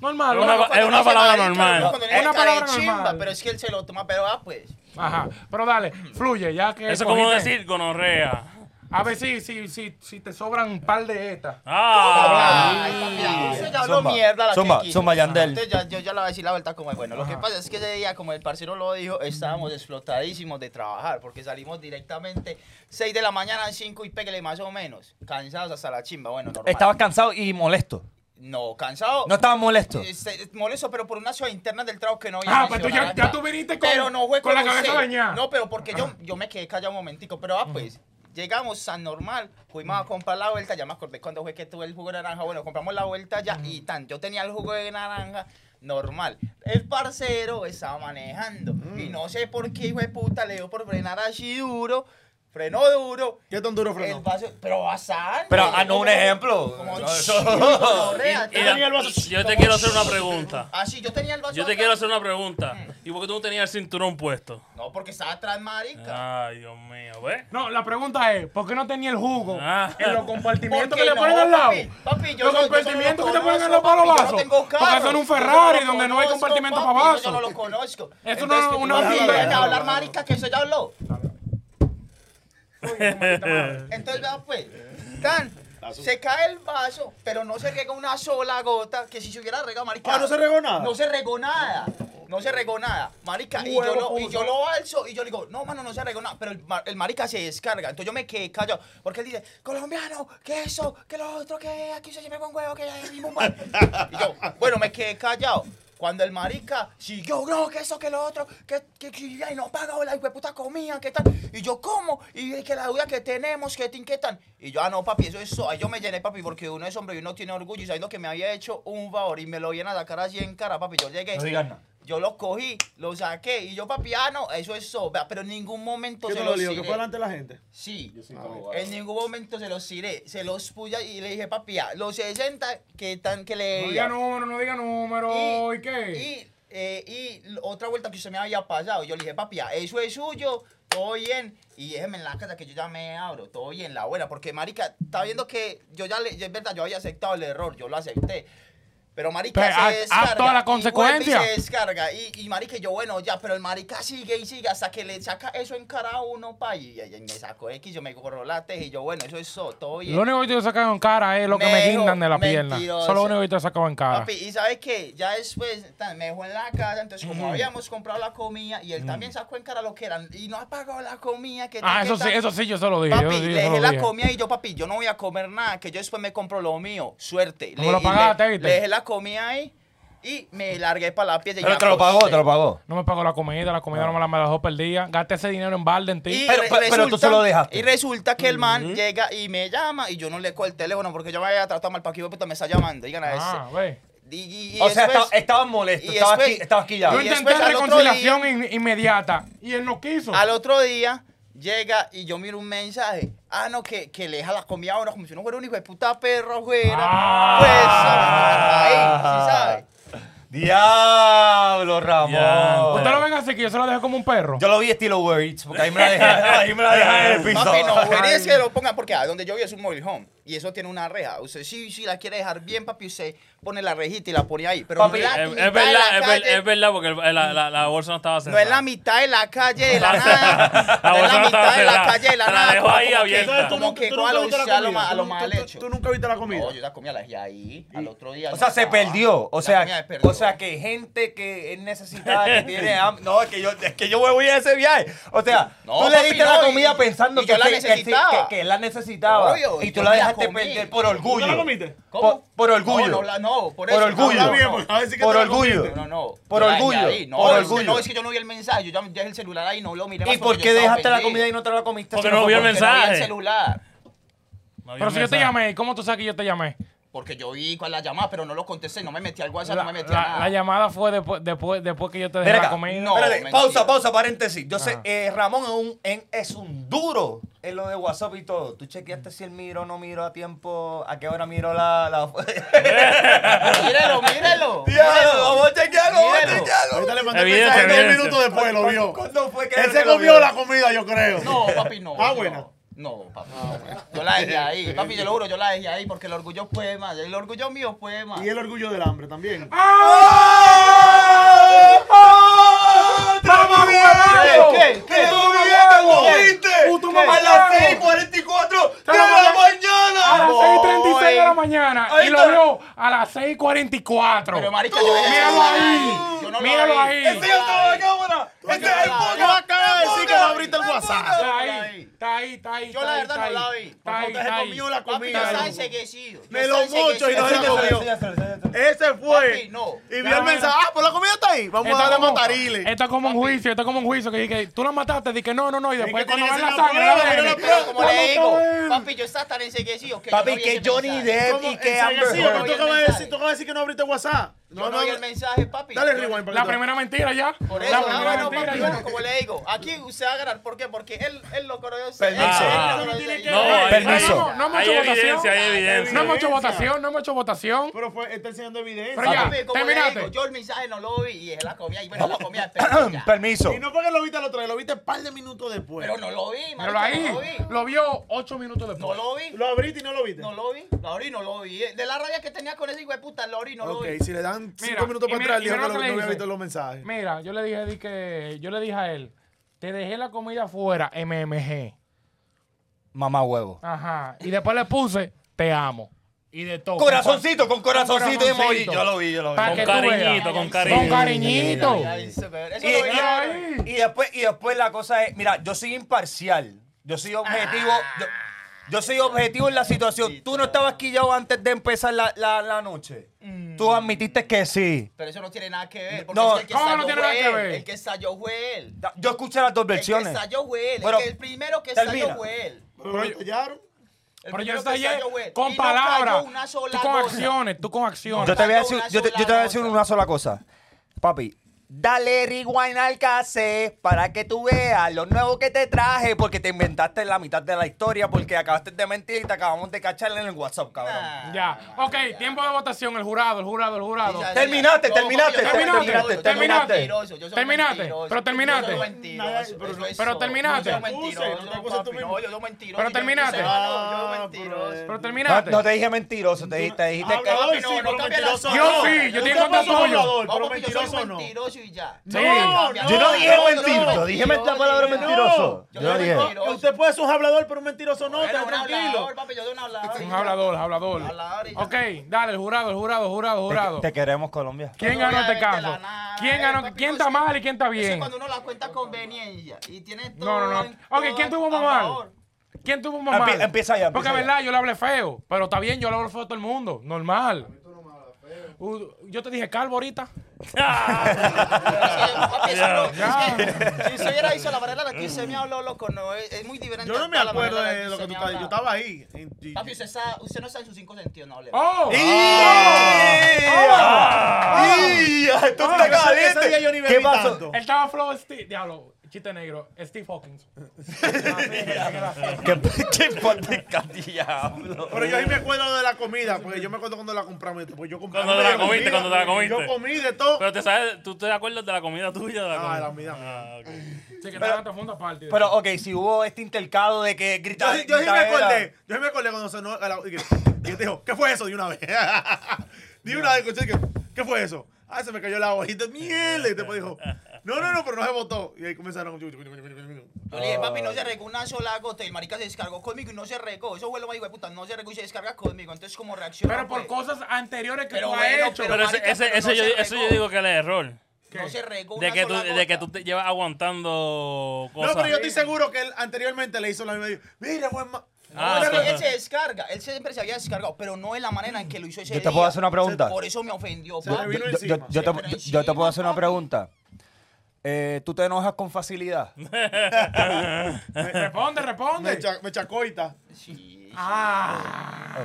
A: Normal.
D: Una
A: ¿no?
D: va- Es una
G: Cuando
D: palabra
G: dice,
D: normal.
G: "Marito", cuando le
A: Es una
G: dice, "Cara de
A: palabra
G: chimba",
A: normal.
G: Pero es que él se lo toma, pero ah, pues.
A: Ajá. Pero dale, fluye, ya que.
D: Eso es como
A: cogiste-
D: decir gonorrea.
A: A ver si, si, si, si te sobran un par de estas.
D: Ah,
G: Ay, papi, ya habló
E: Zumba,
G: mierda la
E: zumba,
G: Kiki.
E: zumba, Yandel.
G: Entonces, ya- yo ya le voy a decir la verdad como es. Bueno, lo que pasa es que ese día, como el parcero lo dijo, estábamos explotadísimos de trabajar porque salimos directamente 6 de la mañana, 5 y pégale más o menos. Cansados hasta la chimba. Bueno, normal.
E: Estabas cansado y molesto.
G: No, cansado.
E: No estabas molesto.
G: Este, molesto, pero por una ciudad interna del trago que no había
A: Ah, pero tú ya, ya tú viniste con,
G: pero no fue
A: con la
G: como
A: cabeza
G: usted.
A: dañada.
G: No, pero porque yo, yo me quedé callado un momentico. Pero ah, pues, llegamos a normal, fuimos a comprar la vuelta. Ya me acordé cuando fue que tuve el jugo de naranja. Bueno, compramos la vuelta ya y tan. Yo tenía el jugo de naranja normal. El parcero estaba manejando. Y no sé por qué, hijo de puta, le dio por frenar así duro. Frenó duro.
F: ¿Qué tan duro
G: El
F: frenó?
G: vaso, pero bastante.
E: Pero, ah, no, un ejemplo.
G: Como-
E: No,
G: Correa,
D: y la- yo te quiero hacer una pregunta.
G: Así, Ah, yo tenía el vaso.
D: Yo te
G: acá.
D: quiero hacer una pregunta. ¿Y por qué tú no tenías el cinturón puesto?
G: No, porque estaba atrás, marica.
D: Ay, Dios mío, ¿ves?
A: No, la pregunta es, ¿por qué no tenía el jugo
D: Ah.
A: en los compartimientos
G: Porque
A: que le
G: no,
A: ponen al lado?
G: papi, papi, yo
A: los
G: no- yo
A: compartimientos que
G: solo
A: te
G: lo
A: ponen en los palos
G: conozco,
A: vasos.
G: papi, yo no tengo
A: Porque
G: carro.
A: son un
G: Yo no
A: Ferrari
G: lo
A: donde no hay
G: conozco,
A: compartimiento
G: papi,
A: para vasos.
G: Yo no lo
A: Eso
G: conozco. Entonces,
A: no-
G: que
A: no
G: tú
A: es
G: me
A: verdad.
G: vienes a hablar marica que eso ya habló. Entonces, ya pues, tan, se cae el vaso, pero no se riega una sola gota, que si se hubiera regado, marica.
F: Ah, no se regó nada.
G: No se regó nada. No se regó nada. Marica, y yo, lo, y yo lo alzo y yo le digo, no, mano, no se regó nada. Pero el, ma- el marica se descarga. Entonces yo me quedé callado. Porque él dice, colombiano, que eso, que lo otro, que aquí se lleva con huevo, que ya es mi mamá". Y yo, bueno, me quedé callado. Cuando el marica siguió, no, que eso, que lo otro, que, que, que ay, no paga la puta comida, que tal. Y yo, ¿cómo? Y que la duda que tenemos, que te inquietan. Y yo, ah, no, papi, eso es eso. Ahí yo me llené, papi, porque uno es hombre y uno tiene orgullo. Y sabiendo que me había hecho un favor y me lo vienen a sacar así en cara, papi, yo llegué.
E: No digas nada.
G: Yo los cogí, los saqué y yo, papi, ah, no, eso es eso. vea, Pero en ningún momento
F: ¿Qué
G: se
F: te lo
G: los
F: digo? ¿Que
G: tiré.
F: fue delante de la gente?
G: Sí, en ningún momento se los tiré. Se los puse y le dije, papi, ah, los 60 que tan que le.
A: No diga número, no diga número, ¿y, qué?
G: Y, eh, y l- otra vuelta que usted me había pasado, yo le dije, papi, ah, eso es suyo, todo bien. Y déjeme en la casa que yo ya me abro, todo bien, la buena. Porque, marica, está viendo que yo ya, le, ya es verdad, yo había aceptado el error, yo lo acepté. Pero marica
A: Pero
G: se
A: haz- haz
G: descarga.
A: toda la
G: y vuelve y
A: consecuencia.
G: se descarga. Y, y marica, yo, bueno, ya, pero el marica sigue y sigue hasta que le saca eso en cara a uno, pa. Y, y- y me sacó X, yo me corro la teja y yo, bueno, eso es eso, todo bien.
A: Lo único que yo sacaba en cara es lo que me
G: Mejor,
A: guindan de la pierna.
G: mentiroso.
A: Eso es lo único que yo sacaba en cara.
G: Papi, y sabes que ya después tan, me dejó en la casa, entonces como habíamos comprado la comida y él también sacó en cara lo que eran y no ha pagado la comida que
A: ah,
G: que
A: eso sí,
G: tal.
A: eso sí yo se lo dije.
G: Papi,
A: eso sí, yo
G: le
A: se lo
G: dejé la
A: dije.
G: comida y yo, papi, yo no voy a comer nada, que yo después me compro lo mío. Suerte.
A: No me lo
G: y
A: pagaste,
G: le,
A: ¿viste?
G: le dejé la comida ahí y me largué para la pieza. y
E: Pero
G: me
E: te lo pagó,
G: acosté.
E: te lo pagó.
A: No me pagó la comida, la comida no, me la me la dejó perdida. Gasté ese dinero en balde en ti.
G: Y
E: Pero-
G: re-
E: pero- pero tú se lo dejaste.
G: Y resulta que el man llega y me llama y yo no le cojo el teléfono porque yo me había tratado mal para que puta me está llamando. Digan a
A: Ah,
G: ese.
A: ve.
G: Y- y- y
E: O sea, estabas
G: después-
E: estaba molesto,
G: y
E: estabas
G: después-
E: aquí, estabas aquí ya.
A: Yo
G: y
A: intenté
G: después al otro
A: reconciliación in- inmediata y él no quiso.
G: Al otro día llega y yo miro un mensaje. Ah, no, que, que le deja la comida ahora como si no fuera un hijo de puta perro fuera.
E: Ah.
G: Pues,
E: Diablo, Ramón.
A: Usted lo ven así que yo se lo dejé como un perro.
E: Yo lo vi estilo Uber Eats, porque ahí me la dejé, ahí me la dejé en el
G: ahí, sí
E: piso.
G: sabe. Papi, no, güey, es que lo pongan porque a donde yo vivo es un mobile home y eso tiene una reja. Usted sí, sí la quiere dejar bien, papi, usted pone la rejita y la pone ahí. Pero
E: Papi,
G: no en la
D: Es,
G: mitad
D: es
G: de la
D: verdad, es, ver-
G: calle,
D: es verdad, porque el- la, la- la bolsa no estaba
G: No
D: cerrada.
G: es la mitad de la calle de la nada.
D: La
G: No es
D: bolsa
G: la
D: no estaba
G: mitad de la
D: cerrada.
G: calle de la
D: Te la
G: nada.
D: dejó ahí
G: como que-
D: abierta.
F: tú
G: Como
F: nunca-
G: que
F: tú
G: coja
F: nunca
G: lo
F: viste la
G: usé a lo
F: comida.
G: ma- a
F: Tú
G: lo
F: nunca-
G: mal
F: tú-
G: hecho.
F: Tú nunca viste la comida.
G: No, yo la comida la dejé ahí, al otro día.
E: O
G: no
E: sea, se
G: estaba.
E: perdió. O
G: La comida se
E: sea,
G: perdió.
E: o sea, que gente que es necesitada, que tiene hambre. No, es que yo, es que yo me voy a ese viaje. O sea,
G: No,
E: tú le
G: papi,
E: diste
G: no,
E: la
G: y-
E: comida
G: y-
E: pensando
G: y
E: que,
G: yo la
E: se- que sí-
G: necesitaba.
E: que- que él la necesitaba.
G: Obvio,
E: y
G: y
E: tú
G: yo
E: la
G: me la
E: dejaste
G: comí.
E: perder por orgullo.
F: ¿Tú la comiste?
E: Por, por orgullo.
G: No, no, la- no, por
E: por,
G: eso.
E: orgullo.
G: No,
F: Está bien,
G: no,
F: pues, a ver si que
E: por
F: te la
E: orgullo.
G: no, no, no.
E: Por
G: Yo la dejé
E: orgullo,
G: ahí. No,
E: por
G: es que-
E: orgullo.
G: No, es que yo no vi el mensaje. Yo ya dejé el celular ahí, no lo miré. más
E: ¿Y por
G: porque
E: qué
G: yo estaba
E: dejaste la
G: perdido.
E: comida y no te la comiste?
D: Porque
E: si
D: no
E: fue
D: vio el
E: por-
G: Porque no vi el
D: mensaje.
G: celular.
D: No había
A: Pero si yo te
D: mensaje.
A: llamé, ¿cómo tú sabes que yo te llamé?
G: Porque yo vi cuál la llamada, pero no lo contesté. No me metí al WhatsApp,
A: La,
G: no me metí a
A: la-
G: nada.
A: la llamada fue después, después, después que yo te dejé
E: Ven
A: la
E: acá.
A: comida.
G: No,
E: Espérate,
G: mentira.
E: pausa, pausa, paréntesis. Yo sé,
A: Ajá.
E: eh, Ramón es un, en- es un duro en lo de WhatsApp y todo. Tú chequeaste si él miró o no miró a tiempo, a qué hora miró la... la...
G: Mírelo, mírelo.
E: Diablo, vamos a chequearlo, vamos a
G: Míralo.
E: chequearlo.
F: Ahorita le mandé
D: Evidente,
F: mensaje dos
D: evidente.
F: minutos después, lo
E: ¿Cuándo-
F: vio.
E: cuándo fue que
F: Él
E: él te
F: se
E: lo
F: comió
E: vio?
F: la comida, yo creo.
G: No, papi, no.
F: Ah,
G: no.
F: buena.
G: No, papi. Yo la dejé ahí. Papi, yo lo juro, yo la dejé ahí porque el orgullo fue más. El orgullo mío fue más.
F: Y el orgullo del hambre también.
E: ¡Ah! ¡Ah! ¡Estamos
G: ¿Qué?
E: viendo!
G: ¿Qué? ¿Qué?
E: ¡Estamos viendo!
A: ¡Puto
G: A las 6:44 de la
A: A
G: mañana.
A: las 6.36 de la
G: Voy.
A: mañana.
G: Ahí
A: Y lo
G: está.
A: vio a las 6.44.
G: Pero, marica, yo no-
A: Míralo ahí.
G: Yo no lo
A: Míralo
G: vi.
A: ahí.
G: Ese ya estaba en cámara. Ese es el
F: Yo
G: poca.
F: acabo de decir que no
G: boca,
F: abriste el
G: la
F: WhatsApp.
A: Está ahí, está ahí, está ahí.
G: Yo
A: está
G: la
A: ahí,
G: verdad
A: está
G: no la
A: ahí.
G: vi.
A: Está ahí,
F: Porque se
A: está ahí.
F: comió la
G: Papi,
F: comida.
G: yo estaba enseguecido. Yo
F: Me
G: estaba
F: lo mocho y no
G: enseguecido.
F: se lo comió. Ese fue.
G: Papi, no.
F: Y vio el mensaje. Ah, pues la comida está ahí. Vamos a
A: Esto
F: darle
A: como-
F: matariles.
A: Esto es como un juicio, esto es como un juicio que dije, tú la mataste, dije no, no, no, y después
F: que
A: cuando
F: tiene
A: ven la
F: que ser la
A: sangre,
F: prueba,
A: la
G: Pero
A: ven.
G: no, pero como le digo,
A: Vamos a ver.
G: papi, yo estaba tan enseguecido que yo
E: Papi,
G: no vi
E: que
G: ese
E: Johnny
G: mensaje.
E: Depp
F: ¿Cómo?
E: y que
F: Enseguida, sí,
E: Amber
F: pero tú
G: Yo vi el
F: acabas de
G: mensaje.
F: decir- tú acabas de decir que no abriste WhatsApp.
G: Yo no vi el mensaje, papi.
F: Dale
G: Yo-
F: rewind,
A: La
F: perdón.
A: primera mentira ya.
G: Por
A: la
G: eso, ah,
A: primera
G: bueno,
A: mentira
G: papi,
A: ya.
G: bueno, como le digo, aquí usted va a ganar. ¿Por qué? Porque él, él lo conoce.
E: Permiso.
G: Él, él
D: Ah.
G: lo conoce.
D: No,
A: Eh,
D: hay-
E: Permiso.
A: no, no hemos
D: hay
A: hecho
D: evidencia,
A: votación.
D: hay evidencia.
A: No hemos hecho votación, no hemos hecho votación.
F: Pero fue, está enseñando evidencia.
A: Pero ya,
G: Papi, como le digo,
A: terminaste.
G: yo el mensaje no lo vi y él la comía. Y bueno, la comía, pero ya.
E: Amber. Permiso.
F: Y no porque lo viste al otro día, lo viste un par de minutos después.
G: Pero no lo vi,
A: Pero
G: marica,
A: ahí
G: no lo vi.
A: lo vio ocho minutos
G: No
A: después.
G: lo vi.
F: Lo abriste y no lo viste.
G: No lo vi, lo abrí, no lo vi. Eh, De la rabia que tenía con ese hijo de puta, lo abrí, no
F: ok,
G: lo vi.
F: si le dan cinco
A: Mira,
F: minutos
A: y
F: para
A: mira-
F: atrás,
A: y
F: dijo
A: mira
F: que
A: lo
F: no,
A: que le
F: no había
A: dice.
F: visto los mensajes.
A: Mira, yo le dije di que yo le dije a él, te dejé la comida fuera, MMG.
E: Mamá huevo.
A: Ajá. Y después le puse, te amo. Y de todo.
E: Corazoncito, con corazoncito de emoji.
A: corazoncito.
E: Yo lo vi, yo lo vi.
A: Pa'
D: Con
A: que tú veas.
D: cariñito, con
A: Con
D: cariño.
A: cariñito.
G: Ay, eso me- eso
E: Y,
G: lo vi.
E: y-
A: ahí.
E: y después, y después la cosa es, mira, yo soy imparcial. Yo soy objetivo. Yo, yo
G: Ah.
E: soy objetivo en la situación. Tú no estabas quillado antes de empezar la, la- la noche.
G: Mm.
E: Tú admitiste que sí.
G: Pero eso no tiene nada que ver. Porque
E: No,
G: es que el que
A: ¿cómo no
G: estalló
A: tiene
G: fue
A: nada que
G: él,
A: ver?
G: El que estalló fue él.
E: Yo escuché las dos versiones.
G: El que estalló fue él.
E: Bueno,
G: el, que el primero que estalló
E: termina.
G: fue él.
F: Pero lo estallaron.
G: El
A: Pero yo
G: primero que
A: estallé
G: estalló fue él. Y
A: con
G: no
A: palabras.
G: cayó una sola
A: Tú con
G: gota.
A: acciones, tú con
E: Yo
A: acciones.
E: te voy a
G: Falta
E: decir,
G: una
E: yo te, yo
G: sola
E: te voy a decir
G: nota.
E: una sola cosa. Papi, dale rewind al cassette para que tú veas lo nuevo que te traje porque te inventaste la mitad de la historia porque acabaste de mentir y te acabamos de cachar en el WhatsApp, cabrón.
G: Nah.
A: Ya. Ok, tiempo de votación, el jurado, el jurado, el jurado.
G: Ya, ya,
E: Terminaste,
G: ya.
E: terminaste,
G: papi, yo soy
A: terminaste,
G: mentiroso, yo soy
A: terminaste.
G: mentiroso, yo soy
A: Terminaste,
G: mentiroso,
A: pero terminaste.
G: Yo soy mentiroso,
F: Nada,
G: eso
F: pero-
G: es
A: pero
G: eso.
A: terminaste.
G: Yo soy
F: Te puse,
G: mentiroso,
F: no te puse tú
G: papi,
F: mismo.
G: no, yo soy mentiroso.
A: Pero
G: yo-
A: terminaste.
G: yo soy malo, yo soy
F: Ah,
G: mentiroso.
F: pero-
A: Pero
E: No,
A: terminaste.
E: no te dije mentiroso, te, dije- te dijiste que...
F: Hablador,
G: no,
F: sí,
G: no
F: pero
G: cambia
F: mentiroso
G: las-
A: Yo
F: no.
A: sí, yo tengo
F: Tú te pasas
A: tanto tuyo.
F: hablador,
G: No,
F: pero
G: papi, yo soy
F: mentiroso no.
G: mentiroso y ya.
A: Sí.
F: No,
G: Yo
E: Yo no dije
G: no,
E: mentiroso,
G: no,
E: dije
G: no,
E: la palabra
G: no,
E: mentiroso.
G: yo
E: Yo no
G: soy
E: dije.
G: mentiroso.
F: Usted puede ser un hablador, pero un mentiroso no,
G: Bueno,
F: está
G: un
F: tranquilo.
G: hablador, papi, yo soy un hablador.
A: Un hablador, hablador.
G: Hablador y ya.
A: Ok, dale, el jurado, el jurado, el jurado, el jurado.
E: Te, te queremos, Colombia.
A: ¿Quién
G: No voy
A: ganó
G: a
A: este
G: verte la
A: caso?
G: nada,
A: ¿Quién
G: eh,
A: ganó?
G: papi,
A: ¿Quién
G: no
A: está
G: sé.
A: mal y quién está
G: Eso es
A: bien?
G: cuando uno la cuenta conveniencia y tiene todo.
A: No, no, no.
G: en-
A: Ok,
G: todo
A: ¿quién tuvo
G: a
A: más mal?
G: favor.
A: ¿Quién tuvo más mal?
E: Empie- empieza ya,
A: Porque,
E: empieza ya.
A: verdad, yo le hablé feo. Pero está bien, yo le hablo feo a todo el mundo. Normal. Uh, yo te dije calvo ahorita.
D: Ah,
G: Sí, papi, eso no-
A: Ya.
G: es que Si hubiera hizo la barrera de aquí, usted me habló, loco, no, es, es muy diferente.
F: Yo
G: a
F: no me
G: toda la
F: acuerdo
G: barrera
F: de
G: aquí,
F: lo
G: usted
F: que tú
G: me
F: estabas. Yo
G: habla.
F: estaba ahí. en- y-
G: Papi, usted, está, usted no está en sus cinco sentidos, no
F: Ah.
G: hable.
A: ¡Oh!
E: Ah. ¡Y! ¡Esto
F: Ah,
E: está
F: ese- ese día yo ni
E: caliente!
F: bebí
E: ¿Qué pasó?
F: tanto.
A: Él estaba flow Steve. Diablo, chiste negro. Steve Hawkins.
E: ¿Qué pinche podcast, diablo?
F: Pero yo ahí me acuerdo de la comida, porque yo me acuerdo cuando la compramos. Pues yo compré
D: Cuando te la comiste, cuando te la comiste.
F: Yo comí de todo.
D: Pero te sabes, tú te acuerdas de la comida tuya. De la
F: Ah,
D: comida?
F: la comida mía.
D: Ah, ok.
A: Sí, que estaba todo el mundo aparte.
E: Pero, ok, si hubo este intercado de que
F: Yo,
E: gritar.
F: sí- yo sí me acordé. Yo sí me acordé cuando sonó a la, y, que, y te dijo, ¿qué fue eso? De una vez. De una vez, escuché que, ¿qué fue eso? Ah, se me cayó la hojita de miel. Y después dijo, no, no, no, pero no se votó. Y ahí comenzaron.
G: Yo le dije, papi, no se regó una sola gota. Y el marica se descargó conmigo y no se regó. Eso fue lo más hijo de puta. No se regó y se descarga conmigo. Entonces, como reaccionó?
A: Pero por
G: pues?
A: cosas anteriores que
G: Pero
A: tú
G: bueno,
A: has hecho.
G: pero-
D: Pero ese,
G: marica,
D: ese,
G: pero no
D: ese yo,
G: se
D: eso yo
G: regó.
D: digo que es el error.
G: No se regó una
D: De que, tú,
G: sola
D: de que
G: gota.
D: tú te llevas aguantando
F: No,
D: cosas.
F: pero yo estoy seguro que él anteriormente le hizo la misma. y dijo, Mira, buen ma.
G: No,
D: Ah,
G: es que
D: sí.
G: él se descarga, él siempre se había descargado, pero no en la manera en que lo hizo ese
E: Yo te
G: día.
E: puedo hacer una pregunta.
G: Por eso me ofendió,
F: le
G: papi.
E: Yo-
F: vino
E: yo,
F: encima.
E: yo
G: Sí,
E: te,
G: pero
E: yo- yo te
G: encima,
E: puedo hacer una
G: papi.
E: pregunta. Eh, ¿Tú te enojas con facilidad?
A: Responde,
F: Me,
A: responde.
F: cha- me chacoita.
G: Sí,
A: Ah.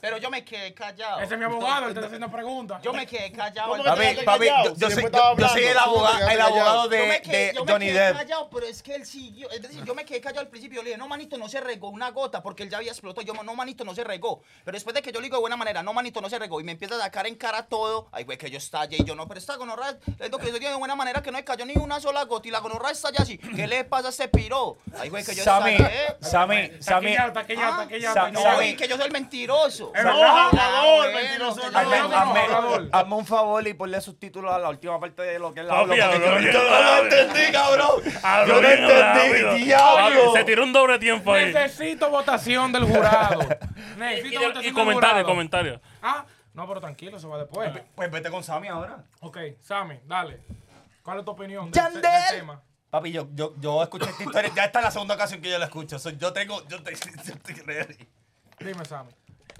G: pero yo me quedé callado.
A: Ese es mi abogado, él te está haciendo preguntas.
G: Yo me quedé callado.
F: ¿Cómo
G: él
F: te
G: me
E: Papi,
F: quedaste
E: papi,
F: callado?
E: yo, yo
F: Siempre
E: soy,
F: estaba
E: yo- yo soy el
F: hablando. ¿Cómo te
E: abogado,
F: quedaste
E: el abogado
F: callado?
E: de,
G: yo me quedé,
E: de
G: yo me
E: Johnny
G: quedé
E: Depp.
G: callado, pero es que él siguió. Es decir, yo me quedé callado al principio. Yo le dije, no, manito, no se regó una gota porque él ya había explotado. Yo, no, manito, no se regó. Pero después de que yo le digo de buena manera, no, manito, no se regó, y me empieza a sacar en cara todo, ay, güey, que yo estallé. Y yo, no, pero esta gonorra es lo que yo digo de buena manera, que no le cayó ni una sola gota. Y la gonorra está ya así. ¿Qué le pasa a ese piro? Ay, güey, que yo
E: Sammy,
G: estallé.
E: Sammy,
A: Está
E: Sammy,
G: Ah,
A: quillado, está quillado, está quillado,
E: Sa-
A: está
G: No,
A: quillado.
E: Sammy.
G: y que yo soy el mentiroso. Ah,
F: El hablador,
G: bueno,
F: mentiroso.
G: que
F: no.
E: Hazme,
A: no, no,
E: hazme-
A: por favor.
E: hazme un favor y ponle subtítulos a la última parte de lo que él habla.
D: Papi,
E: porque
D: habló
E: yo-
D: bien
E: yo no
D: rápido.
E: entendí, cabrón.
D: Hablo
E: Yo no
D: bien
E: entendí,
D: Ah, rápido.
E: diablo.
D: Se tiró un doble tiempo ahí.
A: Necesito votación del jurado.
D: Pues, Y,
A: Necesito votación
D: y, y
A: del
D: comentarios,
A: jurado.
D: comentarios.
A: Ah, no, pero tranquilo, eso va después.
E: Pues vete con Sammy ahora.
A: Ok, Sammy, dale. ¿Cuál es tu opinión del,
E: Yandel.
A: del tema?
E: Papi, yo, yo, yo escuché esta historia. Ya esta es la segunda ocasión que yo la escucho. So, yo tengo. Yo te, yo te-
A: Dime, Sammy.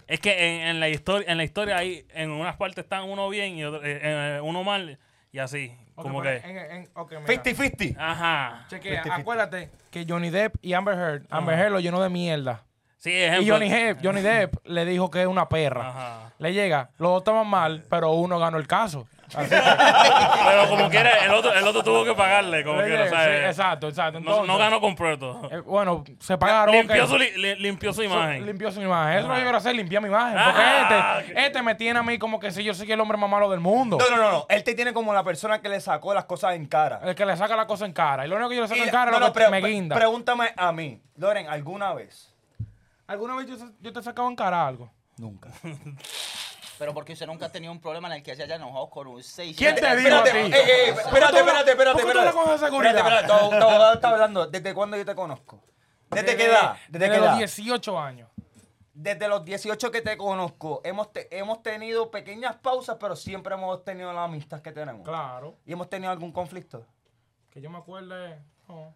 D: Es que en, en la historia, en la historia hay, en unas partes están uno bien y otro- eh, eh, uno mal y así,
A: Ok, pues,
D: como
A: pero
D: que.
A: en- en- ok, mira.
E: 50-50.
D: Ajá.
A: Chequea,
E: Fifty, fifty.
A: acuérdate que Johnny Depp y Amber Heard, Amber Heard lo llenó de mierda.
D: Sí, ejemplo.
A: Y Johnny Depp, Johnny Depp le dijo que es una perra.
D: Ajá.
A: Le llega, los dos estaban mal, pero uno ganó el caso. Así que-
D: Pero como quiera, el otro, el otro tuvo que pagarle, como
A: Le
D: quiera,
A: llega,
D: ¿sabes?
A: sí, exacto, exacto.
D: No,
A: Entonces,
D: no ganó completo.
A: eh, bueno, se pagaron.
D: Limpió
A: ok.
D: su, li- li- limpió su imagen.
A: Limpió su imagen. Eso es lo que yo quiero hacer, limpiar mi imagen. Porque
D: Ah,
A: este, este me tiene a mí como que si yo soy el hombre más malo del mundo.
E: No, no, no, no. Él te tiene como la persona que le sacó las cosas en cara.
A: El que le saca la cosa en cara. Y lo único que yo le saco
E: Y-
A: en cara
E: no,
A: es lo
E: no,
A: que
E: pre-
A: me
E: pre-
A: guinda.
E: Pregúntame a mí, Loren, ¿alguna vez?
A: ¿Alguna vez yo, yo te he sacado en cara algo?
E: Nunca.
G: Pero porque usted nunca ha tenido un problema en el que se haya enojado con usted. y se
A: ¿Quién
G: haya-
A: te dijo a ti?
E: Espérate, ey, ey, espérate, espérate, espérate.
A: ¿Por qué tú hablas con esa seguridad?
E: Espérate, espérate, tu abog- tu abogado está hablando. ¿Desde cuándo yo te conozco? ¿Desde qué edad? ¿Desde
A: Desde
E: qué edad?
A: los 18 años.
E: Desde los 18 que te conozco, hemos, te- hemos tenido pequeñas pausas, pero siempre hemos tenido la amistad que tenemos.
A: Claro.
E: ¿Y hemos tenido algún conflicto?
A: Que yo me acuerde. no.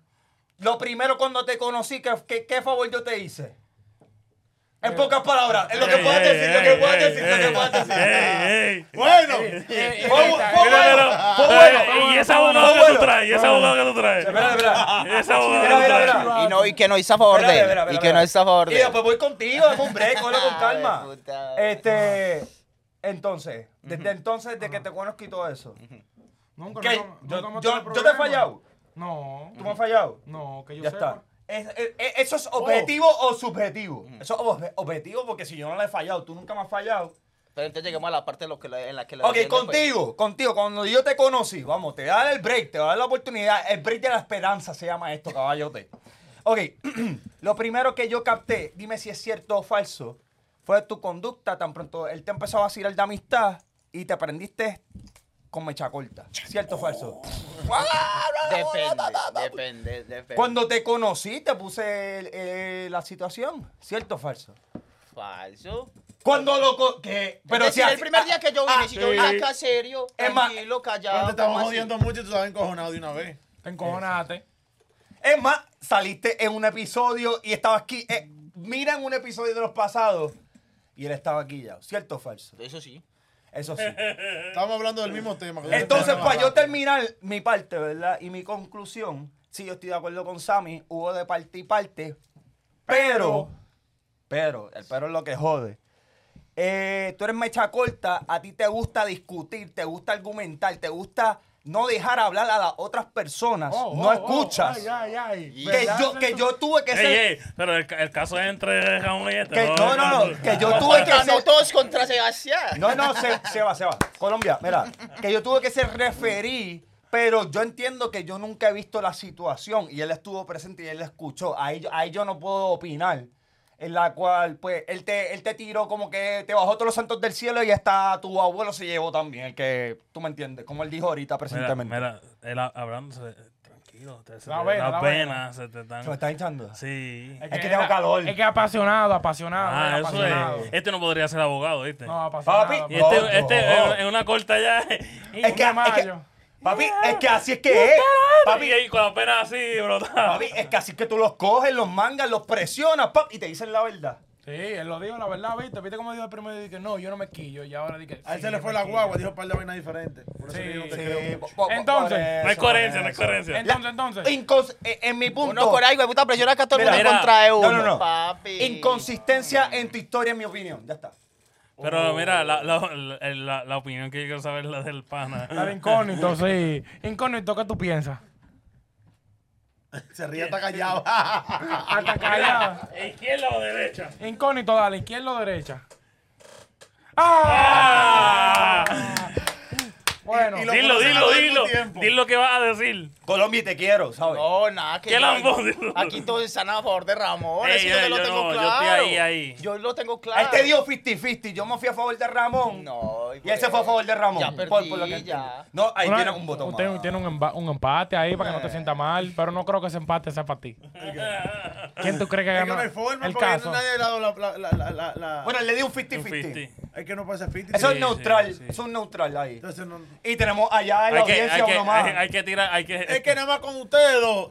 E: Lo primero cuando te conocí, ¿qué, qué, qué favor yo te hice? En pocas palabras, en lo que
D: Ey,
E: puedas
D: ey,
E: decir, lo que
D: ey,
E: puedas
D: ey,
E: decir, lo que
D: ey,
E: puedas decir.
D: ey, ey.
F: Bueno,
A: Eh, eh,
E: Fue bu-
A: esta-
E: fue
D: Mira,
E: bueno,
D: mira,
E: fue bueno,
D: mira,
E: fue
D: Y ese
E: bueno,
D: abogado
E: fue
D: que tú
E: bueno.
D: traes, y ese abogado que tú traes.
E: Espérate, espérate.
D: Y ese abogado que
E: Mira,
D: tú
E: mira,
D: traes.
E: mira.
G: Y no, y que no hizo a favor
E: Espera,
G: de
E: espera,
G: él.
E: espera,
G: Y que
E: espera.
G: no hizo a favor
E: Y
G: de él.
E: después voy contigo, dame un break, cógelo con calma.
G: Ay, puta.
E: Este, entonces, desde entonces, desde que te conozco y todo eso.
A: Nunca,
E: ¿Qué?
A: nunca-
E: Yo-
A: nunca hemos tenido
E: yo- yo te he
A: problemas.
E: fallado.
A: No.
E: ¿Tú me has fallado?
G: Mm,
A: No, que yo
E: Ya está.
A: sepa.
E: Es- es- es- ¿Eso es objetivo o subjetivo?
G: Mm.
E: Eso es obje- objetivo porque si yo no le he fallado, tú nunca me has fallado.
G: Pero entonces llegamos a la parte de lo que la- en la que la
E: Ok,
G: defiende, pues.
E: contigo, contigo, cuando yo te conocí, vamos, te voy a dar el break, te voy a dar la oportunidad. El break de la esperanza se llama esto, caballote. Ok, lo primero que yo capté, dime si es cierto o falso, fue tu conducta tan pronto. Él te empezó a vacilar de amistad y te aprendiste con mecha corta. ¿Cierto o falso?
G: Depende, depende, depende.
E: Cuando te conocí, te puse el- eh, la situación. ¿Cierto o falso?
G: Falso.
E: Cuando lo. co- que-
G: Pero
E: Pero si
G: el
E: así-
G: primer día que yo vine,
E: ah,
G: si yo vine acá serio,
E: Es más,
G: tranquilo,
F: Bueno,
G: callado.
F: te estamos
G: ¿cómo así?
F: jodiendo mucho y tú estabas encojonado de una vez.
A: Te encojonaste.
E: Es más, saliste en un episodio y estabas aquí. eh, mira en un episodio de los pasados y él estaba aquí ya. ¿Cierto o falso?
G: Eso sí.
E: Eso sí.
F: Estábamos hablando del mismo tema. que
E: Entonces,
F: no
E: para yo
F: hablaste.
E: terminar mi parte, ¿verdad? Y mi conclusión, sí, yo estoy de acuerdo con Sammy, hubo de parte y parte, pero, pero, el pero es lo que jode. Eh, tú eres mecha corta, a ti te gusta discutir, te gusta argumentar, te gusta no dejar hablar a las otras personas,
A: Oh,
E: no
A: oh, oh.
E: escuchas.
A: Ay, ay, ay.
E: Que,
A: ¿Verdad?
E: yo, que yo tuve que
D: Ey,
E: ser...
D: ey, pero el, ca- el caso es entre Ramón y este.
E: Que, no, no, no, que yo tuve que
G: Ganó
E: ser...
G: todos contra Sebastián.
E: No, no, se, se va, se va. Colombia, mira, que yo tuve que ser referí, pero yo entiendo que yo nunca he visto la situación y él estuvo presente y él escuchó. Ahí, yo- ahí yo no puedo opinar. En la cual, pues, él te, él te tiró como que te bajó todos los santos del cielo y hasta tu abuelo se llevó también, el que tú me entiendes, como él dijo ahorita
D: Mira,
E: presentemente.
D: mira, él ha- hablándose, tranquilo, te, se
A: La
D: te-
A: vena,
D: las
A: la
D: venas se te
E: ¿Se me
D: están...
E: está hinchando?
D: Sí.
E: Es que tengo calor.
A: Es que apasionado, apasionado.
D: Ah,
A: era
D: eso
A: apasionado.
D: es. Este no podría ser abogado, ¿viste?
A: No, apasionado.
E: Papi,
D: Y este,
E: No,
D: este
E: no.
D: eh, en una corta ya. y-
E: Es que,
A: Un
E: es que,
A: mayo.
E: papi, es que así es que es. Papi,
D: y ahí con la pena así, bro.
E: Papi, es que así que tú los coges, los mangas, los presionas, pap, y te dicen la verdad.
A: Sí, él lo dijo, la verdad, ¿viste? ¿Viste cómo dijo el primero? Dije, no, yo no me quillo. Y ahora dije,
F: A él
A: sí,
F: se le
A: yo
F: fue
A: me
F: la
A: quillo.
F: guagua, dijo un par de vainas diferentes. Por eso
A: Sí.
F: te digo que
A: Sí.
F: creo.
E: po- po-
A: Entonces,
E: por eso,
D: No hay coherencia, no
E: por
D: hay
E: eso.
D: coherencia.
A: Entonces,
E: La-
A: entonces.
E: incons- eh, en mi punto.
G: Uno con algo de puta presión acá todo el
E: Mira,
G: mundo
D: mira.
G: contra uno.
E: No, no, no.
G: Papi.
E: Inconsistencia en tu historia, en mi opinión. Ya está.
D: Pero mira, la, la, la, la- la opinión que yo quiero saber es la del pana.
A: La de incógnito, sí. Incógnito, ¿qué tú piensas?
F: Se ríe hasta callado.
A: Hasta callada.
D: ¿Izquierda o derecha?
A: Incógnito, dale, izquierda o derecha. ¡Ah!
D: Ah,
A: Bueno,
E: bueno.
F: Y lo-
D: Dilo, dilo,
F: conocen hace
D: dilo.
F: mucho tiempo.
D: Dilo que vas a decir.
E: Colombia, y te quiero, ¿sabes?
G: No, nada, que
D: Qué
G: yo-
D: lambón.
G: aquí todos están a favor de Ramón.
D: Ey,
G: eso yo
D: ey,
G: te lo
D: yo
G: tengo
D: no, yo estoy
G: claro.
D: ahí, ahí.
G: Yo lo tengo claro.
E: Él te dio 50-50. Yo me fui a favor de Ramón.
G: No,
E: Y él se fue a favor de Ramón.
G: Ya perdí,
E: por, por lo que
G: ya.
E: entiendo. No, ahí
A: Una-
E: tiene un botón.
A: usted
E: más.
A: tiene un, emba- un empate ahí para que
F: Eh.
A: no te sienta mal, pero no creo que ese empate sea para ti. ¿Quién tú crees que
F: Es que
A: ganó?
F: no hay forma,
A: el
F: porque
A: caso.
F: nadie le ha dado la... la, la, la, la, la-
E: Bueno, él le dio un
D: Un 50.
E: 50-50.
F: es que no pasa 50.
E: Eso
D: Sí,
E: es neutral.
D: sí, sí.
E: Eso es neutral ahí.
F: Entonces no...
E: Y tenemos allá en la
D: Hay que,
E: audiencia
D: hay, que,
E: uno más.
D: hay, hay que tirar, hay que...
F: Es que nada más con ustedes dos.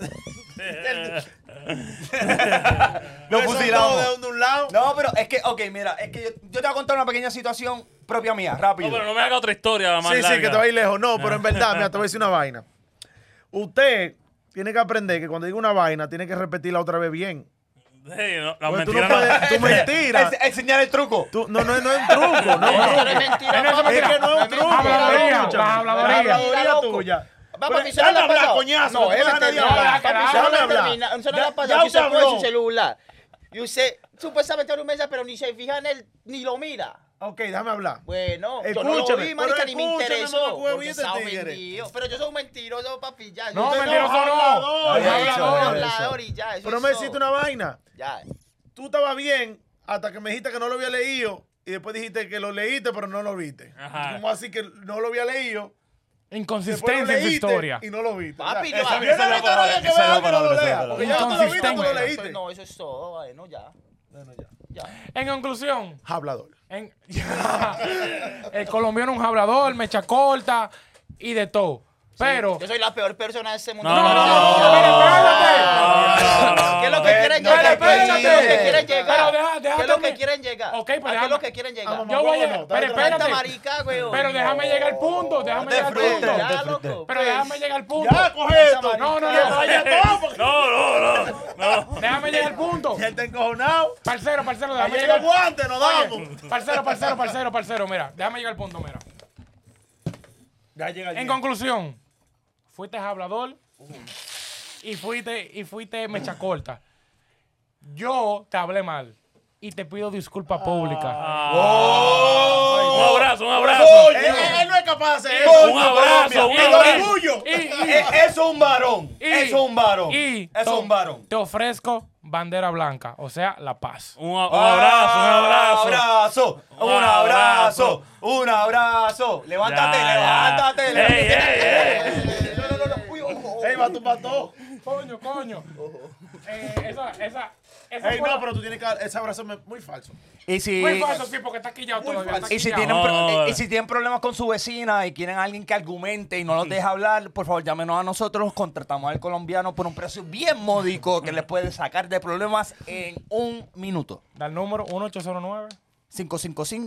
E: Lo
F: Esos
E: fusilamos.
F: dos De un lado.
E: No, pero es que, ok, mira, es que yo, yo te voy a contar una pequeña situación propia mía, rápido.
D: No, pero no me haga otra historia más
F: Sí,
D: larga.
F: sí, que te va a ir lejos. No, pero en verdad, mira, te voy a decir una vaina. Usted tiene que aprender que cuando diga una vaina, tiene que repetirla otra vez bien.
D: Sí, no, la
F: Porque tú
D: mentira
F: no
D: no-
F: puedes- tu mentira.
E: Es- enseñar el truco.
F: Tú- no, no, no es un truco, no es un
G: No,
F: truco.
G: no es mentira,
A: no, eso
G: papi.
A: es mentira.
F: Es que no es un truco.
A: Habladoría,
F: escúchame.
A: la habladoría.
F: La
G: Mira,
F: habladoría
G: loco.
F: tuya.
G: Va, papi,
F: Pero
G: eso no
F: déjame
G: le ha
F: hablar,
G: pasado.
F: coñazo.
G: No,
F: te
G: él
F: dejas a nadie
G: termina.
F: hablar.
A: Déjame
G: Papi,
F: Déjame
G: eso no le
F: hablar.
G: termina. Eso no le
F: Ya-
G: ha pasado.
F: ya
G: Aquí se
F: usted
G: pone su
F: habló.
G: celular. Y usted supuestamente abre un mensaje, pero ni se fija en él, ni lo mira.
F: Ok, déjame hablar.
G: Bueno, yo no lo
F: Escúchame,
G: vi, marica,
F: pero
G: ni me
F: escúchame,
G: interesó.
F: mamacuevo,
G: porque
F: y este
G: estaba
F: tigre.
G: ofendido. Pero yo soy un mentiroso, papi, ya.
A: No,
G: yo soy
A: mentiroso no.
F: hablador.
A: No,
G: Yo soy
E: Hablador.
G: un hablador y ya. eso
F: Pero
G: es
F: me
G: todo.
F: hiciste una vaina.
G: Ya.
F: Tú estabas bien hasta que me dijiste que no lo había leído y después dijiste que lo leíste, pero no lo viste.
D: Ajá.
F: ¿Cómo así que no lo había leído? Después lo
A: Inconsistencia en su
F: leíste
A: historia.
F: y no lo viste.
G: Papi,
F: O sea, yo
G: yo-
F: no
G: esa
F: le
E: es la palabra,
F: que
E: esa es la
F: vea, pero lo
E: palabra, esa es
F: lea.
E: la
F: Porque ya tú lo viste, tú lo
A: Inconsistente.
F: leíste.
G: No, eso es todo, bueno, ya.
A: En conclusión,
F: Hablador.
A: en- el colombiano es un hablador, mecha corta y de todo. Pero,
G: Yo soy la peor persona de este mundo.
D: No, no, no, no,
A: espérate.
D: No, no, no.
G: ¿Qué es lo que
E: Espérate,
G: quieren llegar? ¿Qué es lo que
E: espérate.
G: quieren
A: Pero
G: llegar?
A: deja-
G: ¿Qué
A: deja
G: es lo que
A: también-
G: quieren llegar?
A: Ok,
G: ¿A
A: pues
G: ¿Qué es
A: déjame-
G: lo que quieren
F: Ah,
G: llegar?
F: mamá,
A: yo voy
F: No,
A: a...
F: no,
A: Pero
F: espérate.
G: Tanta
A: espérate.
G: marica, güey.
A: Pero déjame llegar al punto, déjame
E: te
A: llegar al
E: frustres,
A: punto.
E: te
G: Ya, loco.
A: Pero déjame llegar al punto.
F: Ya, coge esto.
A: No, no, no.
D: No, no, no. no.
A: Déjame llegar al punto.
F: Ya él está encojonado.
A: Parcero, parcero,
F: Ya
A: déjame
F: llega
A: llegar.
F: el guante, nos
A: Oye,
F: damos.
A: Parcero, parcero, parcero, parcero, mira, déjame llegar al punto, mira.
F: Ya llega
A: En conclusión, fuiste hablador y fuiste, y fuiste mecha corta. Yo te hablé mal y te pido disculpa pública.
E: Ah.
D: Oh, Un abrazo, un abrazo.
F: Él, él- él no es capaz de hacer eso.
E: Coño,
D: Un abrazo, un
E: Colombia. El
D: abrazo.
F: orgullo.
A: Y, y-
E: Eh, Eso es un varón.
A: y-
E: Eso es un varón.
A: y
E: Eso es un
A: te-
E: varón.
A: Te ofrezco bandera blanca, o sea, la paz.
D: Un a- un abrazo, un abrazo.
E: Ah, abrazo. Un abrazo. Un abrazo. Levántate,
D: Ya, ya.
E: levántate.
D: Ey, ey, ey.
E: No, no, no, no. Uy, ojo, ojo.
F: Ey, va a tumbar todo.
A: Coño, coño. Eh, esa, esa, esa.
F: Ey,
A: fue
F: no,
A: la-
F: pero tú tienes que. Ese abrazo es muy falso.
E: Y si,
A: Muy falso, sí, porque está quillado todavía. está
E: y, si
A: quillado.
E: tienen,
D: No,
E: pro-
D: no, no.
E: y si tienen problemas con su vecina y quieren a alguien que argumente y no los deja hablar, por favor llámenos a nosotros. Contratamos al colombiano por un precio bien módico que les puede sacar de problemas en un minuto.
A: Da el número 1809.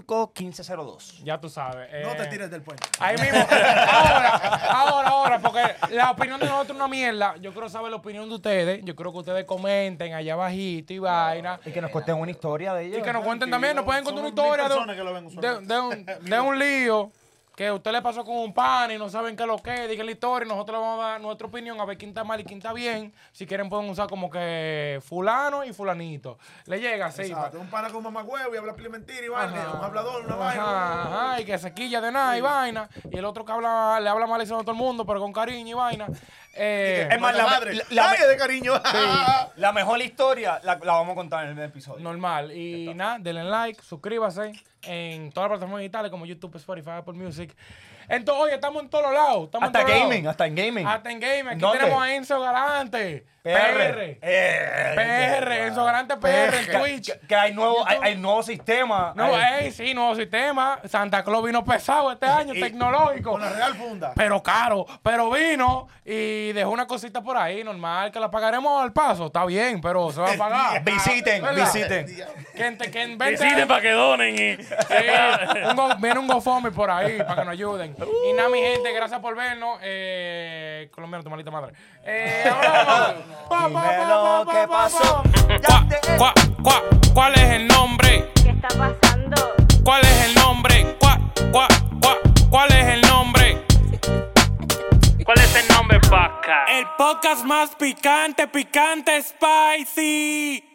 E: 555-1502.
A: Ya tú sabes. eh,
F: No te tires del puente.
A: Ahí mismo. Ahora, ahora, ahora, porque la opinión de nosotros es una mierda. Yo quiero saber la opinión de ustedes. Yo quiero que ustedes comenten allá abajito y vaina.
E: Y que nos cuenten una historia de ellos.
A: Y que nos cuenten también, nos pueden contar una
F: Somos
A: historia
F: mil
A: de,
F: personas que lo ven
A: de- de un, de un lío que usted le pasó con un pan y no saben qué es lo que es, digan la historia y nosotros le vamos a dar nuestra opinión a ver quién está mal y quién está bien. Si quieren pueden usar como que fulano y fulanito. Le llega, sí.
F: Exacto, un pana con mamá huevo y habla pile mentira y vaina.
A: Ajá.
F: Un hablador, una vaina.
A: Ajá, ajá, y que se quilla de nada y vaina. Y el otro que habla, le habla mal a todo el mundo, pero con cariño y vaina. Eh,
E: Es más, la,
F: madre.
E: la- la-
F: La madre de cariño.
E: la mejor historia la, la vamos a contar en el episodio.
A: normal. Y nada, denle like, suscríbase en todas las plataformas digitales como YouTube, Spotify, Apple Music. Entonces, oye, estamos en todos lados. estamos en
E: hasta
A: todos
E: gaming,
A: lados.
E: hasta en gaming.
A: Hasta en gaming. Aquí
E: ¿Dónde?
A: tenemos a Enzo Galante.
E: PR.
A: PR.
E: Eh,
A: PR, Enzo Galante PR en Twitch.
E: Que, que hay nuevo, hay, hay nuevo sistema.
A: No,
E: Hay-
A: ey, sí, nuevo sistema. Santa Claus vino pesado este año, tecnológico.
F: Con la real funda.
A: pero caro, pero vino y dejó una cosita por ahí, normal, que la pagaremos al paso, está bien, pero se va a pagar.
E: Visiten,
A: ¿Verdad?
E: visiten.
A: Que en, que en 20
D: Visiten
A: años-
D: para que donen. y-
A: Sí, Eh, un go- viene un GoFundMe por ahí para que nos ayuden. Y nada, mi gente, gracias por vernos. Eh, colombiano, tu maldita madre. Eh, hablamos. Pa, pa, pa,
E: Dime
A: pa,
E: lo
A: pa,
E: que
A: pa,
E: pasó.
A: pa.
E: Ya
C: Cuá,
E: te-
C: cuá, cuá, ¿Cuál es el nombre?
H: ¿Qué está pasando?
C: ¿Cuál es el nombre? Cuá, cuá, cuá, ¿Cuál es el nombre?
B: ¿Cuál es el nombre, vaca?
C: El podcast más picante, picante, spicy.